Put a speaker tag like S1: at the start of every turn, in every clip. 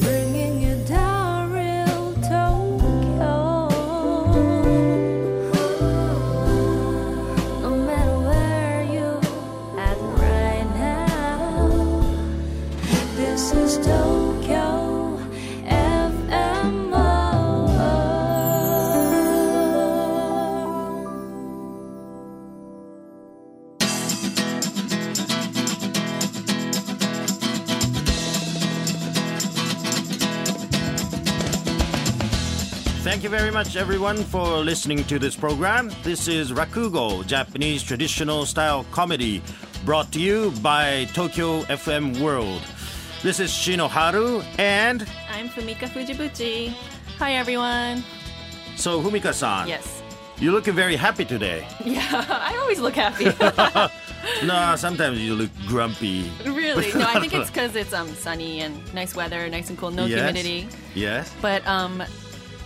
S1: Bringing you down real Tokyo. No matter where you at right now. This is Tokyo FMO.
S2: Thank you very much, everyone, for listening to this program. This is Rakugo, Japanese traditional style comedy, brought to you by Tokyo FM World. This is Shinoharu, and
S3: I'm Fumika Fujibuchi. Hi, everyone.
S2: so Humika-san.
S3: Yes.
S2: You're looking very happy today.
S3: Yeah, I always look happy.
S2: no, sometimes you look grumpy.
S3: really? No, I think it's because it's um sunny and nice weather, nice and cool, no
S2: Yes.
S3: humidity.
S2: Yes.
S3: But um,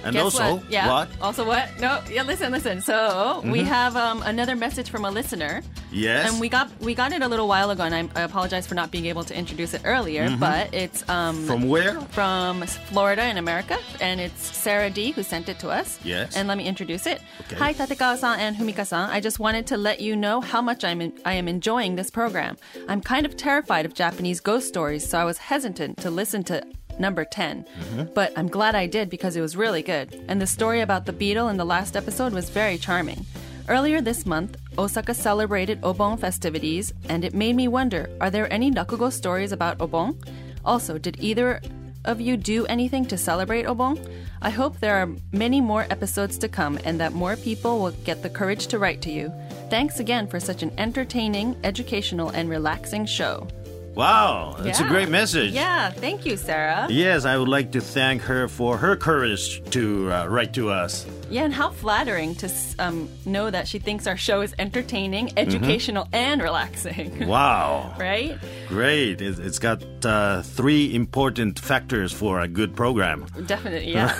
S2: And
S3: guess
S2: also,
S3: what? Yeah.
S2: what? Mm-hmm.
S3: Also what? No. Yeah. Listen, listen. So we have um another message from a listener.
S2: Yes.
S3: And we got we got it a little while ago, and I, I apologize for not being able to introduce it earlier.
S2: Mm-hmm.
S3: But it's um
S2: From where?
S3: from Florida in America, and it's Sarah D who sent it to us.
S2: Yes.
S3: And let me introduce it.
S2: Okay.
S3: Hi, Tatekawa-san and Humika-san. I just wanted to let you know how much I'm en- I am enjoying this program. I'm kind of terrified of Japanese ghost stories, so I was hesitant to listen to number 10.
S2: Mm-hmm.
S3: But I'm glad I did because it was really good. And the story about the beetle in the last episode was very charming. Earlier this month, Osaka celebrated Obon festivities, and it made me wonder, are there any Nakugo stories about Obon? Also, did either of you do anything to celebrate Obon? I hope there are many more episodes to come and that more people will get the courage to write to you. Thanks again for such an entertaining, educational, and relaxing show.
S2: Wow, that's a
S3: Yeah.
S2: great message.
S3: Yeah, thank you, Sarah.
S2: Yes, I would like to thank her for her courage to uh, write to us.
S3: Yeah, and how flattering to s- um, know that she thinks our show is entertaining, educational, and relaxing.
S2: Wow.
S3: right?
S2: Great. It- It's got uh, three important factors for a good program.
S3: Definitely, yeah.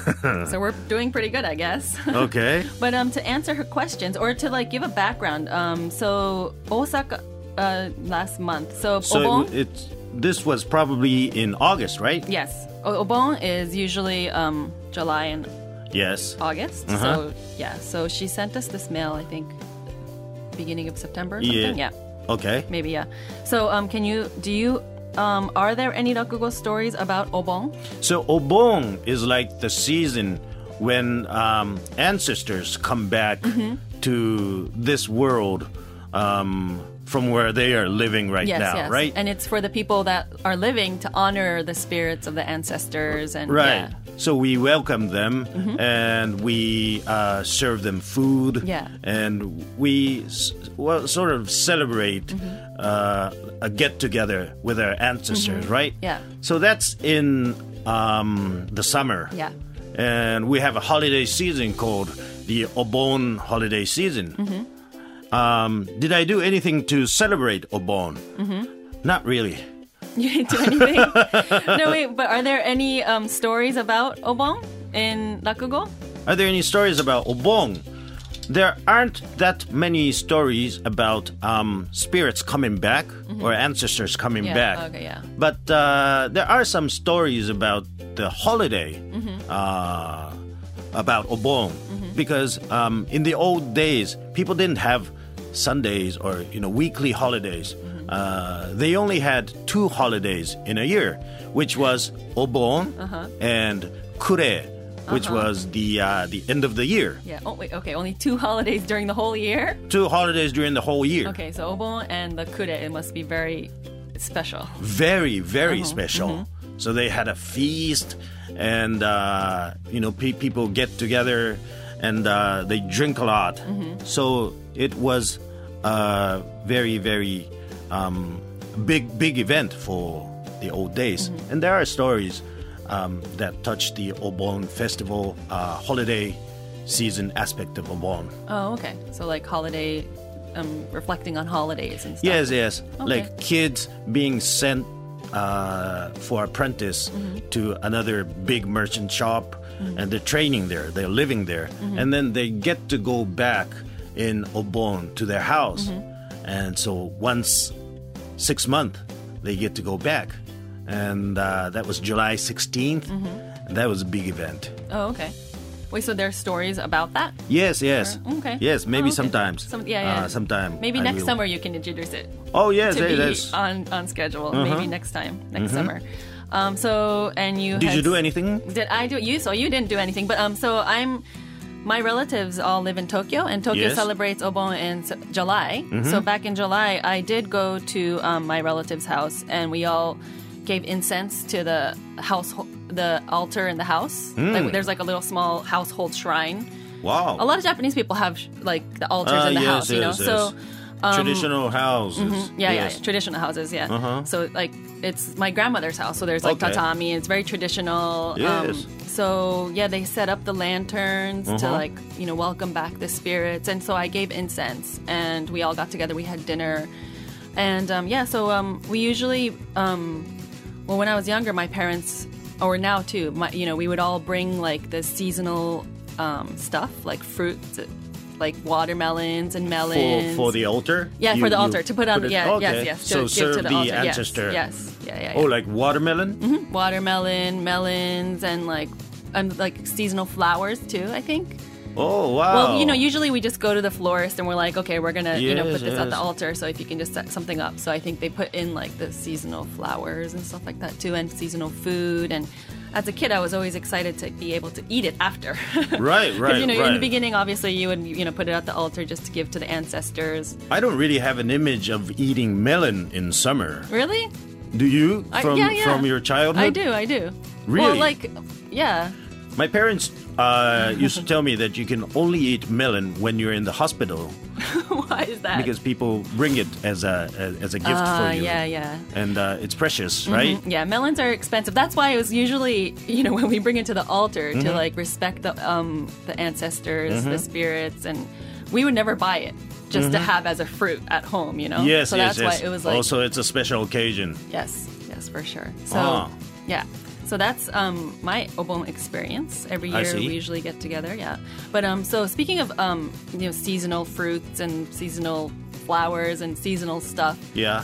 S3: so we're doing pretty good, I guess.
S2: Okay.
S3: But um, to answer her questions or to like give a background, um, so Osaka uh, last month. So,
S2: So
S3: Obon,
S2: it, it's this was probably in August, right?
S3: yes, O- Obon is usually um, July and
S2: Yes.
S3: August.
S2: Uh-huh.
S3: So yeah, so she sent us this mail, I think, beginning of September. Or something.
S2: Yeah.
S3: yeah,
S2: Okay.
S3: maybe yeah. So um, can you do you? Um, are there any rakugo stories about Obon?
S2: So Obon is like the season when um, ancestors come back
S3: Mm-hmm.
S2: to this world um, from where they are living right
S3: Yes,
S2: now,
S3: yes.
S2: right?
S3: And it's for the people that are living to honor the spirits of the ancestors and
S2: Right.
S3: yeah. Mm-hmm.
S2: So we welcome them and we uh, serve them food.
S3: Yeah.
S2: And we s- well, sort of celebrate
S3: Mm-hmm.
S2: uh, a get together with our ancestors, right?
S3: Yeah.
S2: So that's in um, the summer.
S3: Yeah.
S2: And we have a holiday season called the Obon holiday season.
S3: Mm-hmm.
S2: Um, did I do anything to celebrate Obon?
S3: Mm-hmm.
S2: Not really.
S3: You didn't do anything. no, wait. But are there any um, stories about Obon in Rakugo?
S2: Are there any stories about Obon? There aren't that many stories about um, spirits coming back or ancestors coming
S3: Mm-hmm. Yeah,
S2: back.
S3: okay, yeah.
S2: But uh, there are some stories about the holiday uh, about Obon because um, in the old days people didn't have Sundays or you know weekly holidays. Uh, they only had two holidays in a year, which was Obon and Kure, which was the uh, the end of the year.
S3: Yeah. Oh, wait. Okay. Only two holidays during the whole year.
S2: Two holidays during the whole year.
S3: Okay. So Obon and the Kure. It must be very special.
S2: very very special so they had a feast and uh, you know pe- people get together and uh, they drink a lot so it was a very very um, big big event for the old days and there are stories um, that touch the obon festival uh, holiday season aspect of obon
S3: Oh, okay. So like holiday, um, reflecting on holidays and stuff.
S2: Yes, yes.
S3: Okay.
S2: Like kids being sent uh, for apprentice
S3: Mm-hmm.
S2: to another big merchant shop, and they're training there, they're living there,
S3: Mm-hmm.
S2: and then they get to go back in Obon to their
S3: Mm-hmm.
S2: house, and so once six month they get to go back, and uh, that was July 16th.
S3: Mm-hmm.
S2: And that was a big event.
S3: Oh, okay. Wait, so there are stories about that?
S2: Yes, yes.
S3: Or- okay.
S2: Yes, maybe
S3: Oh, okay.
S2: sometimes.
S3: Some- yeah, yeah.
S2: Uh, sometime.
S3: Maybe
S2: I
S3: next
S2: will.
S3: summer you can introduce it.
S2: Oh, yes,
S3: to
S2: yes,
S3: be
S2: yes.
S3: on on schedule. Maybe next time, next summer. Um, so and you
S2: Uh-huh. Mm-hmm. Did
S3: had-
S2: you do anything?
S3: Did I do you? So you didn't do anything, but um, so I'm. My relatives all live in Tokyo, and Tokyo
S2: Yes. Mm-hmm.
S3: celebrates Obon in s- July. So back in July, I did go to um, my relative's house, and we all gave incense to the house, the altar in the house.
S2: Mm.
S3: Like, there's like a little small household shrine.
S2: Wow.
S3: A lot of Japanese people have sh- like the altars
S2: Ah,
S3: in the
S2: yes,
S3: house, you know.
S2: yes, yes.
S3: So um, Mm-hmm.
S2: traditional houses.
S3: yeah, yeah,
S2: yes. Uh-huh.
S3: yeah, traditional houses. Yeah. So like, it's my grandmother's house. So there's like
S2: Okay.
S3: tatami. It's very traditional. um,
S2: Yes. Uh-huh.
S3: so yeah, they set up the lanterns to like you know welcome back the spirits, and so I gave incense, and we all got together. We had dinner, and um, yeah, so um, we usually um, well when I was younger, my parents or now too, my, you know, we would all bring like the seasonal um, stuff like fruits. Like watermelons and
S2: For,
S3: melons
S2: for the altar?
S3: yeah,
S2: You-
S3: for the
S2: you
S3: altar to put on.
S2: it-
S3: yeah,
S2: okay.
S3: yes, yes. To
S2: so
S3: give
S2: serve
S3: to the,
S2: the
S3: altar. Yes,
S2: ancestor.
S3: Yes, yeah, yeah. Mm-hmm. yeah.
S2: Oh, like watermelon?
S3: watermelon, melons, and like and like seasonal flowers too. I think.
S2: Oh, wow.
S3: Well, you know, usually we just go to the florist and we're like, okay, we're gonna you know
S2: Yes,
S3: put this at
S2: yes.
S3: the altar. So if you can just set something up. So I think they put in like the seasonal flowers and stuff like that too, and seasonal food. And as a kid, I was always excited to be able to eat it after.
S2: Right, right,
S3: Because you know, in
S2: right.
S3: the beginning, obviously, you would you know put it at the altar just to give to the ancestors.
S2: I don't really have an image of eating melon in summer.
S3: Really?
S2: Do you?
S3: I-
S2: From
S3: yeah, yeah.
S2: from your childhood?
S3: I do, I do. Well,
S2: Really?
S3: like, yeah.
S2: My parents uh, used to tell me that you can only eat melon when you're in the hospital
S3: Why is that?
S2: because people bring it as a as a gift
S3: Ah,
S2: for you.
S3: yeah, Mm-hmm. yeah.
S2: And uh, it's precious, right?
S3: Yeah, melons are expensive. That's why it was usually, you know, when we bring it to the altar to
S2: Mm-hmm.
S3: like respect the um the ancestors, the spirits, and we would never buy it just to have as a fruit at home, you know.
S2: Mm-hmm. Yes,
S3: so
S2: yes,
S3: that's
S2: yes.
S3: why it was like
S2: also, it's a special occasion.
S3: yes, yes, for sure. So
S2: Ah.
S3: yeah. So that's um, my obon experience. Every
S2: I
S3: year we
S2: see.
S3: usually get together, yeah. But um, so speaking of um, you know seasonal fruits and seasonal flowers and seasonal stuff,
S2: Yeah.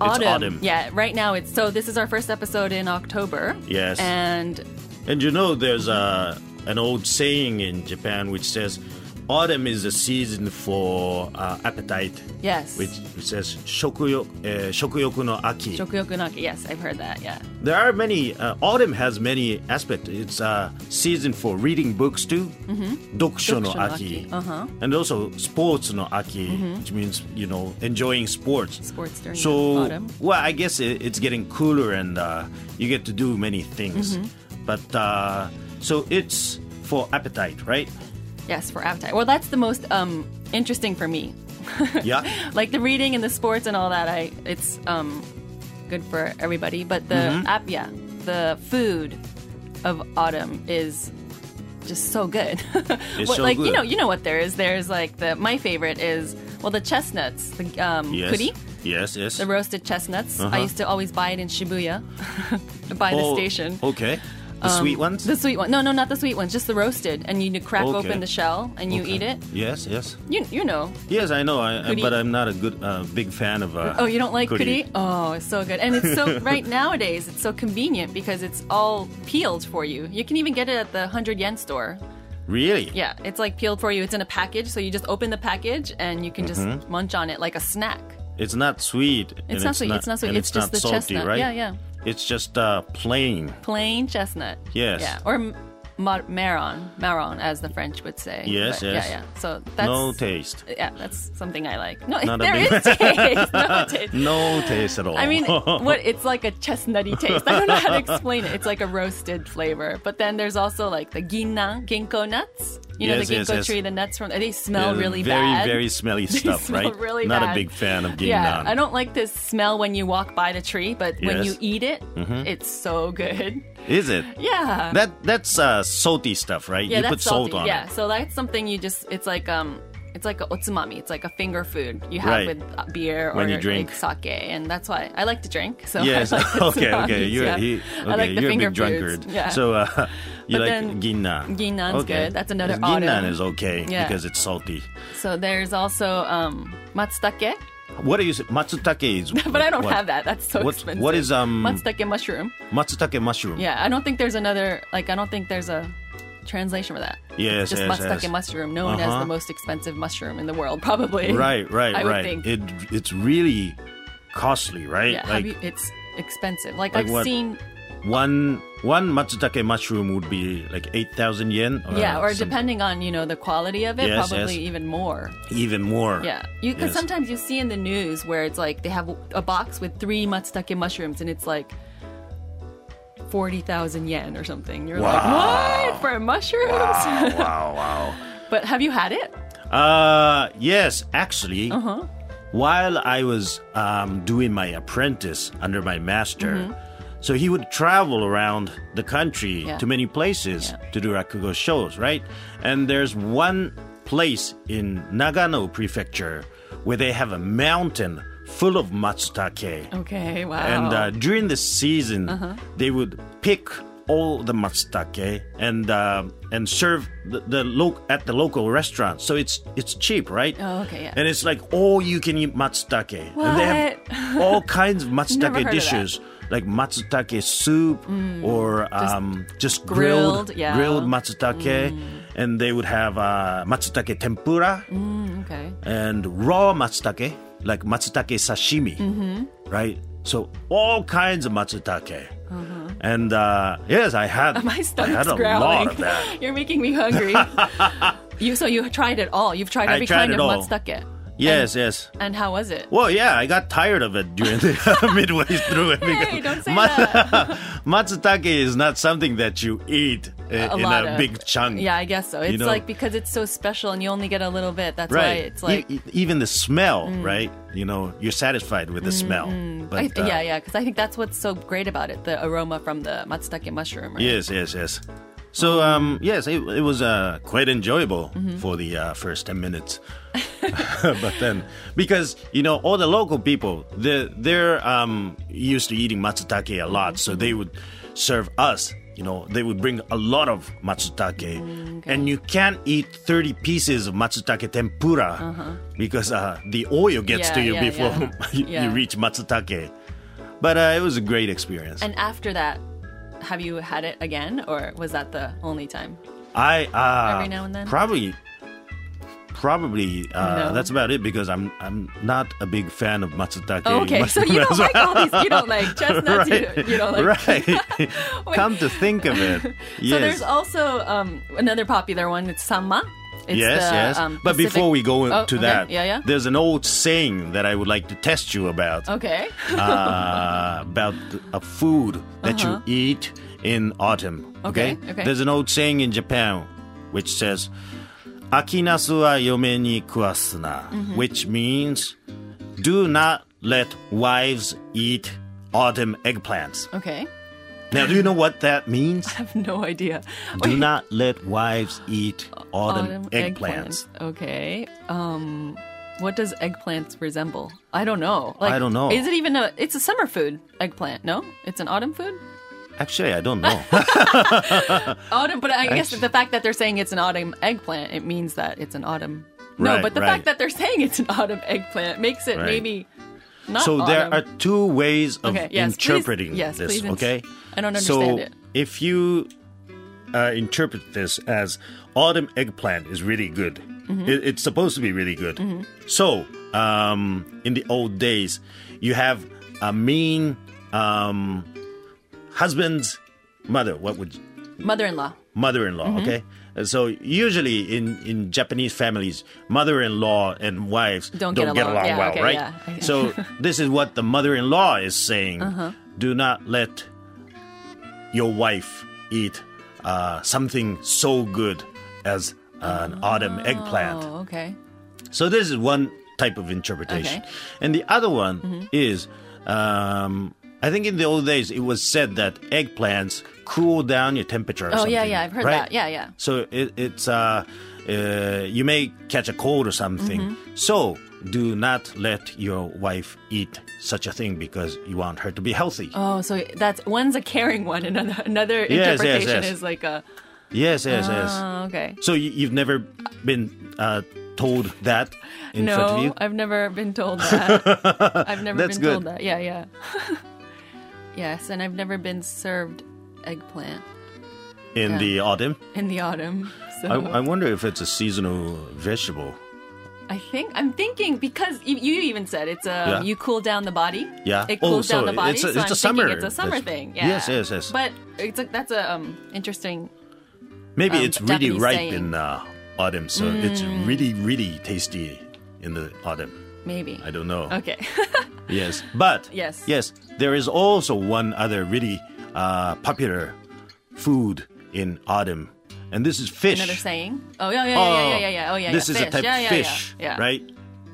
S3: autumn.
S2: It's autumn.
S3: Yeah, right now it's so. This is our first episode in October.
S2: Yes.
S3: and
S2: And you know, there's a, an old saying in Japan which says, autumn is a season for uh, appetite,
S3: yes,
S2: which, which says, shokuyoku, uh, shokuyoku no aki.
S3: shokuyoku nake. Yes, I've heard that. Yeah.
S2: There are many. Uh, autumn has many aspects. It's a season for reading books too. Mm-hmm. Dokusho no
S3: Dokusho no
S2: aki.
S3: aki, uh-huh. Mm-hmm.
S2: And also sports no aki, which means you know enjoying sports.
S3: Sports during
S2: so,
S3: the autumn.
S2: well, I guess it, it's getting cooler and uh, you get to do many things.
S3: Mm-hmm.
S2: But uh, so it's for appetite, right?
S3: Yes, for appetite. Well, that's the most um, interesting for me.
S2: Yeah.
S3: Like the reading and the sports and all that. I it's um, good for everybody. But the
S2: Mm-hmm.
S3: app, yeah, the food of autumn is just so good.
S2: It's
S3: What-
S2: so
S3: like you
S2: good.
S3: know, you know what there is. There's like the my favorite is well the chestnuts, the um,
S2: yes.
S3: kuri.
S2: Yes. Yes.
S3: the roasted chestnuts. I used to always buy it in Shibuya by the
S2: Oh,
S3: station. Um,
S2: Okay. The sweet ones.
S3: The sweet one. No, no, not the sweet ones, just the roasted. And you crack
S2: Okay.
S3: open the shell and you eat it.
S2: Yes. Yes.
S3: You you know.
S2: Yes, I know. I, I-
S3: Kuri.
S2: but I'm not a good, uh, big fan of. Uh,
S3: Oh, you don't like
S2: kuri?
S3: kuri? Oh, it's so good. And it's so right nowadays it's so convenient because it's all peeled for you. You can even get it at the 100 yen store.
S2: Really?
S3: Yeah, it's like peeled for you. It's in a package, so you just open the package and you can just munch on it like a snack.
S2: It's not sweet. Mm-hmm. and
S3: It's not sweet, it's not sweet,
S2: and
S3: it's just
S2: not
S3: the
S2: salty,
S3: chestnut.
S2: right?
S3: Yeah, yeah.
S2: It's just uh, plain.
S3: plain chestnut.
S2: Yes.
S3: Yeah. Or m- mar- marron, marron, as the French would say.
S2: Yes,
S3: But
S2: yes.
S3: Yeah, yeah. So that's
S2: no taste.
S3: Yeah, that's something I like. No,
S2: Not a
S3: there
S2: big-
S3: is taste. No taste.
S2: No taste at all.
S3: I mean, what it's like a chestnutty taste. I don't know how to explain it. It's like a roasted flavor. But then there's also like the ginna, ginkgo nuts. You know
S2: Yes,
S3: the ginkgo
S2: yes, yes.
S3: tree, the nuts from they
S2: They're
S3: smell really
S2: very,
S3: bad.
S2: very smelly
S3: They
S2: stuff,
S3: smell
S2: right?
S3: really
S2: not
S3: bad.
S2: a big fan of
S3: yeah,
S2: ginnan.
S3: I don't like this smell when you walk by the tree, but when
S2: Yes. Mm-hmm.
S3: you eat it, it's so good.
S2: Is it?
S3: Yeah.
S2: That that's uh, salty stuff, right?
S3: Yeah,
S2: you
S3: that's
S2: put salt
S3: salty.
S2: on
S3: yeah,
S2: it.
S3: so that's something you just it's like um it's like a otsumami. It's like a finger food you have
S2: Right.
S3: with uh, beer or
S2: When you drink.
S3: like sake, and that's why I like to drink. So
S2: Yes.
S3: I like
S2: okay.
S3: otsumamis,
S2: Okay. You're
S3: yeah.
S2: he,
S3: I
S2: okay.
S3: like the
S2: you're a
S3: finger
S2: big drunkard.
S3: Foods. Yeah.
S2: So uh, you
S3: But
S2: like
S3: then
S2: ginnan.
S3: ginnan's
S2: okay.
S3: good. That's another
S2: Ginnan
S3: autumn.
S2: is okay
S3: Yeah.
S2: because it's salty.
S3: so there's also um matsutake.
S2: What is it? Matsutake is.
S3: but I don't
S2: what-
S3: have that. That's so
S2: what-
S3: expensive.
S2: what is, um,
S3: matsutake mushroom?
S2: Matsutake mushroom.
S3: Yeah, I don't think there's another like I don't think there's a translation for that.
S2: Yes,
S3: just
S2: yes,
S3: matsutake
S2: yes.
S3: mushroom, known as
S2: Uh-huh.
S3: the most expensive mushroom in the world, probably.
S2: Right, right,
S3: I would
S2: right.
S3: think.
S2: It it's really costly, right?
S3: yeah, have
S2: like
S3: you, it's expensive. Like,
S2: Like
S3: I've
S2: what?
S3: seen,
S2: one one matsutake mushroom would be like eight thousand yen.
S3: yeah, or
S2: Uh, some-
S3: depending on you know the quality of it,
S2: Yes,
S3: probably
S2: yes.
S3: even more.
S2: even more.
S3: Yeah, because
S2: Yes.
S3: sometimes you see in the news where it's like they have a box with three matsutake mushrooms and it's like forty thousand yen or something. You're
S2: Wow.
S3: like, what for mushrooms?
S2: Wow, wow, wow.
S3: but have you had it?
S2: Uh, yes, actually.
S3: Uh-huh.
S2: While I was um, doing my apprentice under my master,
S3: Mm-hmm.
S2: so he would travel around the country
S3: Yeah.
S2: to many places to do rakugo shows, right? And there's one place in Nagano prefecture where they have a mountain full of matsutake.
S3: Okay, wow. Uh-huh.
S2: And uh, during the season, they would pick all the matsutake and um and serve the, the lo- at the local restaurant. So it's it's cheap, right?
S3: Oh, okay, yeah.
S2: And it's like all you can eat matsutake. And they have all kinds of
S3: Never heard
S2: matsutake
S3: of Mm.
S2: dishes. Like matsutake soup or um, just grilled
S3: grilled,
S2: grilled,
S3: yeah. Mm.
S2: matsutake, and they would have uh, matsutake tempura
S3: okay.
S2: and raw matsutake, like matsutake sashimi, right? So all kinds of matsutake. And uh, yes, I had
S3: Uh-huh. My
S2: I
S3: stomach's
S2: had a
S3: growling.
S2: lot of that.
S3: You're making me hungry. you so you tried it all. You've tried
S2: I
S3: every
S2: tried
S3: kind
S2: it
S3: of
S2: all.
S3: matsutake.
S2: Yes, yes.
S3: And how was it?
S2: Well, yeah, I got tired of it during the midway through it.
S3: Hey,
S2: because
S3: don't say that.
S2: Matsutake is not something that you eat uh,
S3: A
S2: in
S3: lot
S2: a
S3: of-
S2: big chunk.
S3: Yeah, I guess so. It's
S2: know-
S3: like because it's so special and you only get a little bit. That's why
S2: Right.
S3: it's like Mm.
S2: E- e- even the smell, right? You know, you're satisfied with the smell.
S3: Mm-hmm. I,
S2: But, uh,
S3: yeah, yeah, because I think that's what's so great about it the aroma from the matsutake mushroom. Right?
S2: Yes, yes, yes. So, um, yes, it, it was uh, quite enjoyable
S3: Mm-hmm.
S2: for the uh, first 10 minutes. but then, because, you know, all the local people, they're, they're um, used to eating matsutake a lot, so they would serve us. You know, they would bring a lot of matsutake.
S3: Mm,
S2: And you can't eat 30 pieces of matsutake tempura because uh, the oil gets
S3: Uh-huh. Yeah,
S2: to you
S3: yeah,
S2: before
S3: yeah.
S2: you, you
S3: Yeah.
S2: reach matsutake. But uh, it was a great experience.
S3: And after that, have you had it again or was that the only time?
S2: I uh,
S3: Every now and then? Oh,
S2: probably probably uh,
S3: No.
S2: that's about it because I'm I'm not a big fan of matsutake.
S3: Oh, Okay, so you don't like all these, you don't like chestnuts, you, you don't like
S2: right. Come to think of it, yes.
S3: So there's also um, another popular one. It's sama. It's
S2: Yes,
S3: the,
S2: yes.
S3: um,
S2: but
S3: Pacific-
S2: before we go into
S3: Oh, okay.
S2: that,
S3: yeah, yeah.
S2: there's an old saying that I would like to test you about.
S3: okay.
S2: uh, about a food that you eat in autumn. Uh-huh. Okay?
S3: Okay, okay.
S2: There's an old saying in Japan which says, Akinasu wa yome ni kuwasuna, which means, do not let wives eat autumn eggplants.
S3: okay.
S2: Now, do you know what that means?
S3: I have no idea.
S2: do not let wives eat autumn, eggplants.
S3: eggplants. Okay. Um, what does eggplants resemble? I don't know. Like,
S2: I don't know.
S3: Is it even a? It's a summer food. Eggplant? No, it's an autumn food.
S2: Actually, I don't know.
S3: Autumn, but I guess
S2: Actu-
S3: the fact that they're saying it's an autumn eggplant, it means that it's an autumn. No,
S2: Right,
S3: but the
S2: right.
S3: fact that they're saying it's an autumn eggplant makes it
S2: Right.
S3: maybe not.
S2: so there are
S3: autumn.
S2: two ways of
S3: Okay, yes, please-
S2: interpreting
S3: yes,
S2: this
S3: please ins-
S2: okay
S3: I don't
S2: so
S3: understand it.
S2: if you uh, interpret this as autumn eggplant is really good
S3: Mm-hmm.
S2: it, it's supposed to be really good so um, in the old days you have a mean um, husband's mother what would
S3: mother-in-law.
S2: mother-in-law
S3: Mm-hmm.
S2: okay And so usually in, in Japanese families, mother-in-law and wives
S3: Don't get along. Yeah,
S2: well,
S3: okay,
S2: right?
S3: yeah.
S2: so this is what the mother-in-law is saying.
S3: Uh-huh.
S2: Do not let your wife eat uh, something so good as an autumn eggplant.
S3: Oh, okay.
S2: So this is one type of interpretation,
S3: Okay. Mm-hmm.
S2: and the other one is, um, I think in the old days it was said that eggplants cool down your temperature. Or
S3: Oh,
S2: something,
S3: yeah, yeah, I've heard
S2: right?
S3: that. Yeah, yeah.
S2: So it, it's uh, uh, you may catch a cold or something.
S3: Mm-hmm.
S2: So do not let your wife eat such a thing because you want her to be healthy.
S3: Oh, so that's one's a caring one. Another another
S2: yes,
S3: interpretation
S2: yes.
S3: is like a. Ah.
S2: yes, yes, yes.
S3: Oh, okay.
S2: So you, you've never been uh, told that in front of you?
S3: No, I've never been told that. I've never
S2: That's
S3: been
S2: good.
S3: told that. Yeah, yeah. yes, and I've never been served eggplant
S2: in
S3: Yeah.
S2: the autumn.
S3: in the autumn. So
S2: I, I wonder if it's a seasonal vegetable.
S3: I think I'm thinking because you, you even said it's um,
S2: Yeah.
S3: you cool down the body.
S2: Yeah.
S3: it
S2: Oh,
S3: cools down
S2: so
S3: the body.
S2: it's a- it's
S3: so I'm
S2: a
S3: thinking
S2: summer
S3: It's a summer
S2: veg-
S3: thing. Yeah.
S2: Yes, yes, yes.
S3: But it's a, that's a um, interesting.
S2: Maybe
S3: Um,
S2: it's really
S3: Japanese
S2: ripe
S3: saying. Mm.
S2: in uh, autumn, so it's really, really tasty in the autumn.
S3: Maybe.
S2: I don't know.
S3: Okay.
S2: Yes, but
S3: Yes.
S2: yes, there is also one other really uh, popular food in autumn, and this is fish.
S3: Another saying. Oh yeah, yeah, yeah, yeah, yeah, yeah. Oh yeah.
S2: This
S3: yeah.
S2: is
S3: fish.
S2: a type
S3: yeah,
S2: of
S3: yeah,
S2: fish,
S3: yeah. yeah.
S2: right?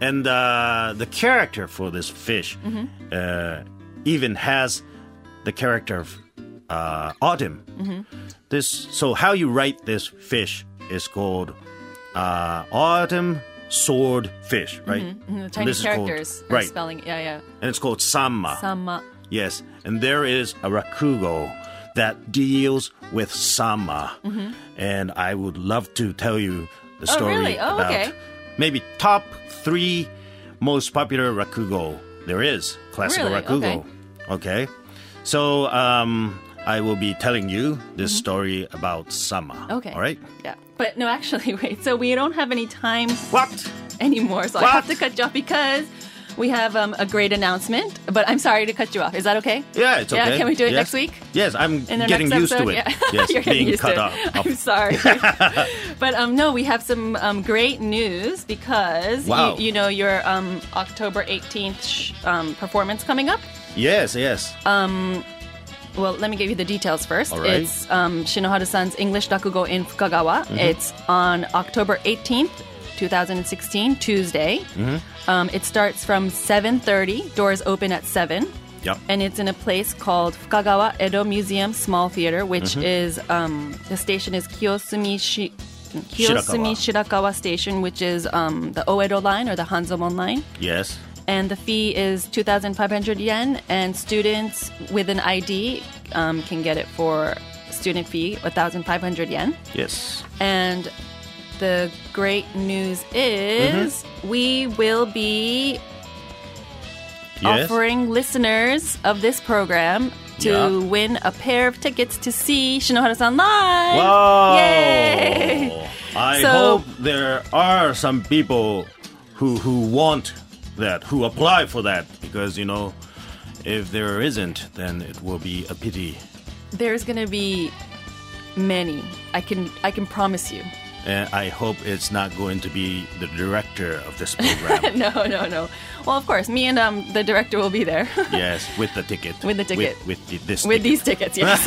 S2: And uh, the character for this fish
S3: Mm-hmm.
S2: uh, even has the character of uh, autumn.
S3: Mm-hmm.
S2: This so how you write this fish is called uh, autumn sword fish, right?
S3: Mm-hmm. The
S2: And this
S3: Chinese
S2: is called-
S3: characters. are
S2: right?
S3: Spelling. Yeah, yeah. uh,
S2: And it's called samma.
S3: Sama.
S2: Yes, and there is a rakugo that deals with sama, and I would love to tell you the
S3: Mm-hmm. Oh,
S2: story
S3: really? Oh,
S2: about
S3: okay.
S2: maybe top three most popular rakugo there is classical
S3: Really?
S2: rakugo. Okay, so um, I will be telling you this story about sama.
S3: Mm-hmm. Okay.
S2: all right.
S3: Yeah. But no, actually, wait. So we don't have any time
S2: What?
S3: anymore. So I have to
S2: What?
S3: cut you off because we have um, a great announcement. But I'm sorry to cut you off. Is that okay?
S2: Yeah, it's
S3: Yeah,
S2: okay.
S3: can we do it
S2: Yes.
S3: next week?
S2: Yes, I'm
S3: In the
S2: getting
S3: next
S2: used to
S3: episode?
S2: it.
S3: Yeah.
S2: Yes,
S3: You're getting
S2: being
S3: used
S2: cut
S3: to
S2: off.
S3: it. I'm sorry. but um, no, we have some um, great news because
S2: Wow.
S3: you, you know your um, October 18th sh- um, performance coming up.
S2: Yes, yes.
S3: Um, Well, let me give you the details first.
S2: All right. Mm-hmm.
S3: It's um, Shinohara-san's English Dakugo in Fukagawa. It's on October 18th, 2016, Tuesday.
S2: Mm-hmm.
S3: Um, it starts from 7.30. Doors open at 7.
S2: Yep.
S3: And it's in a place called Fukagawa Edo Museum Small Theater, which
S2: Mm-hmm.
S3: is, um, the station is Kiyosumi, Shi- Kiyosumi Shirakawa Station, which is um, the Oedo line or the Hanzomon line
S2: yes.
S3: and the fee is 2,500 yen. And students with an ID um, can get it for student fee 1,500 yen.
S2: Yes.
S3: And the great news
S2: Mm-hmm.
S3: is we will be
S2: Yes.
S3: offering listeners of this program to
S2: Yeah.
S3: win a pair of tickets to see Shinohara-san live.
S2: Wow!
S3: Yay!
S2: I
S3: So-
S2: hope there are some people who who want that, who apply for that, because you know, if there isn't, then it will be a pity.
S3: There's going to be many. I can I can promise you.
S2: And I hope it's not going to be the director of this program.
S3: No, no, no. Well, of course, me and um, the director will be there.
S2: yes, with the ticket.
S3: With the ticket.
S2: With, with the, this. ticket.
S3: with these tickets. Yes.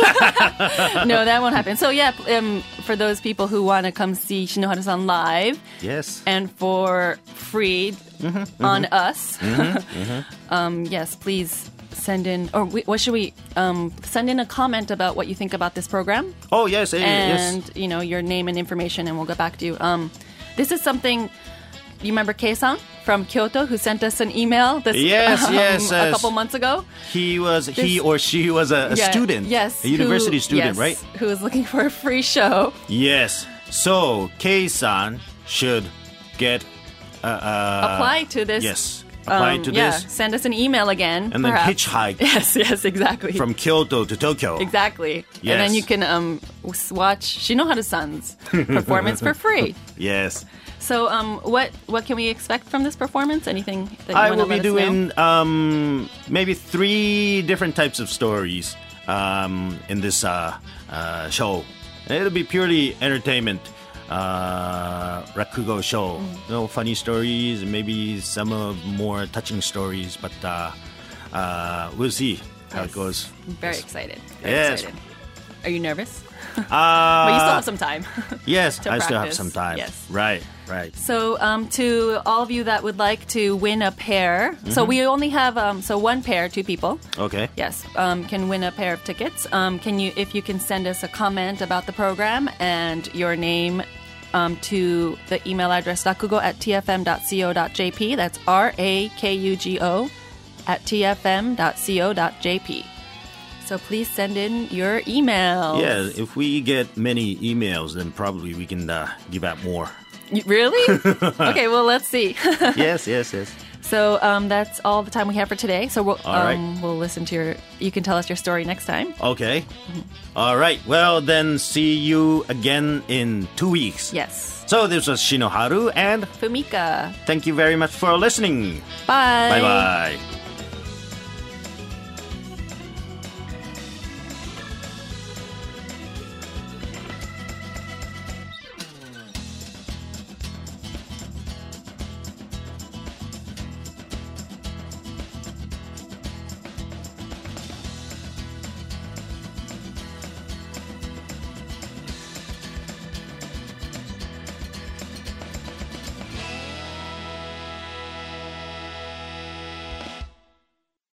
S3: no, that won't happen. So yeah, p- um, for those people who want to come see Shinohara-san live
S2: Yes.
S3: and for free on us, um, yes, please send in or we, what should we um, send in a comment about what you think about this program
S2: oh yes. eh, yes.
S3: and you know your name and information, and we'll get back to you. Um, this is something. You remember Kei-san from Kyoto who sent us an email this
S2: Yes,
S3: um,
S2: yes,
S3: a
S2: yes.
S3: couple months ago?
S2: He was he
S3: this-
S2: or she was a, a
S3: Yeah,
S2: student.
S3: Yes.
S2: A university
S3: who-
S2: student,
S3: yes,
S2: right?
S3: Who is looking for a free show.
S2: Yes. So K-san should get
S3: Apply to this.
S2: Uh, yes. Apply
S3: um,
S2: to
S3: yeah,
S2: this
S3: Send us an email again.
S2: and then
S3: perhaps.
S2: hitchhike
S3: Yes, yes, exactly.
S2: from Kyoto to Tokyo.
S3: Exactly. And
S2: Yes.
S3: then you can um, s- watch Shinohara-san's performance for free.
S2: Yes.
S3: So um, what what can we expect from this performance? Anything that you
S2: I
S3: wanna
S2: will be
S3: let us know?
S2: doing um, maybe three different types of stories um, in this uh, uh, show. It'll be purely entertainment uh, rakugo show.
S3: Mm-hmm.
S2: No funny stories, and maybe some of more touching stories, but uh, uh, we'll see how it
S3: Yes.
S2: goes.
S3: I'm very excited. Very
S2: Yes.
S3: excited. Are you nervous?
S2: Uh,
S3: but you still have some time.
S2: Yes,
S3: to
S2: I still have
S3: practice.
S2: some time.
S3: Yes.
S2: Right, right.
S3: So, um, to all of you that would like to win a pair,
S2: Mm-hmm.
S3: so we only have um, so one pair, two people.
S2: Okay.
S3: Yes, um, can win a pair of tickets. Um, can you, if you can, send us a comment about the program and your name um, to the email address rakugo at tfm.co.jp. That's r a k u g o at tfm.co.jp. So please send in your email.
S2: Yeah, if we get many emails, then probably we can uh, give out more.
S3: Y- Really? okay, well, let's see.
S2: yes, yes, yes.
S3: so um, that's all the time we have for today. So we'll,
S2: All right.
S3: um, we'll listen to your, you can tell us your story next time.
S2: Okay. All right. Well, then see you again in two weeks.
S3: Yes.
S2: So this was Shinoharu, and
S3: Fumika.
S2: thank you very much for listening.
S3: Bye.
S2: Bye bye.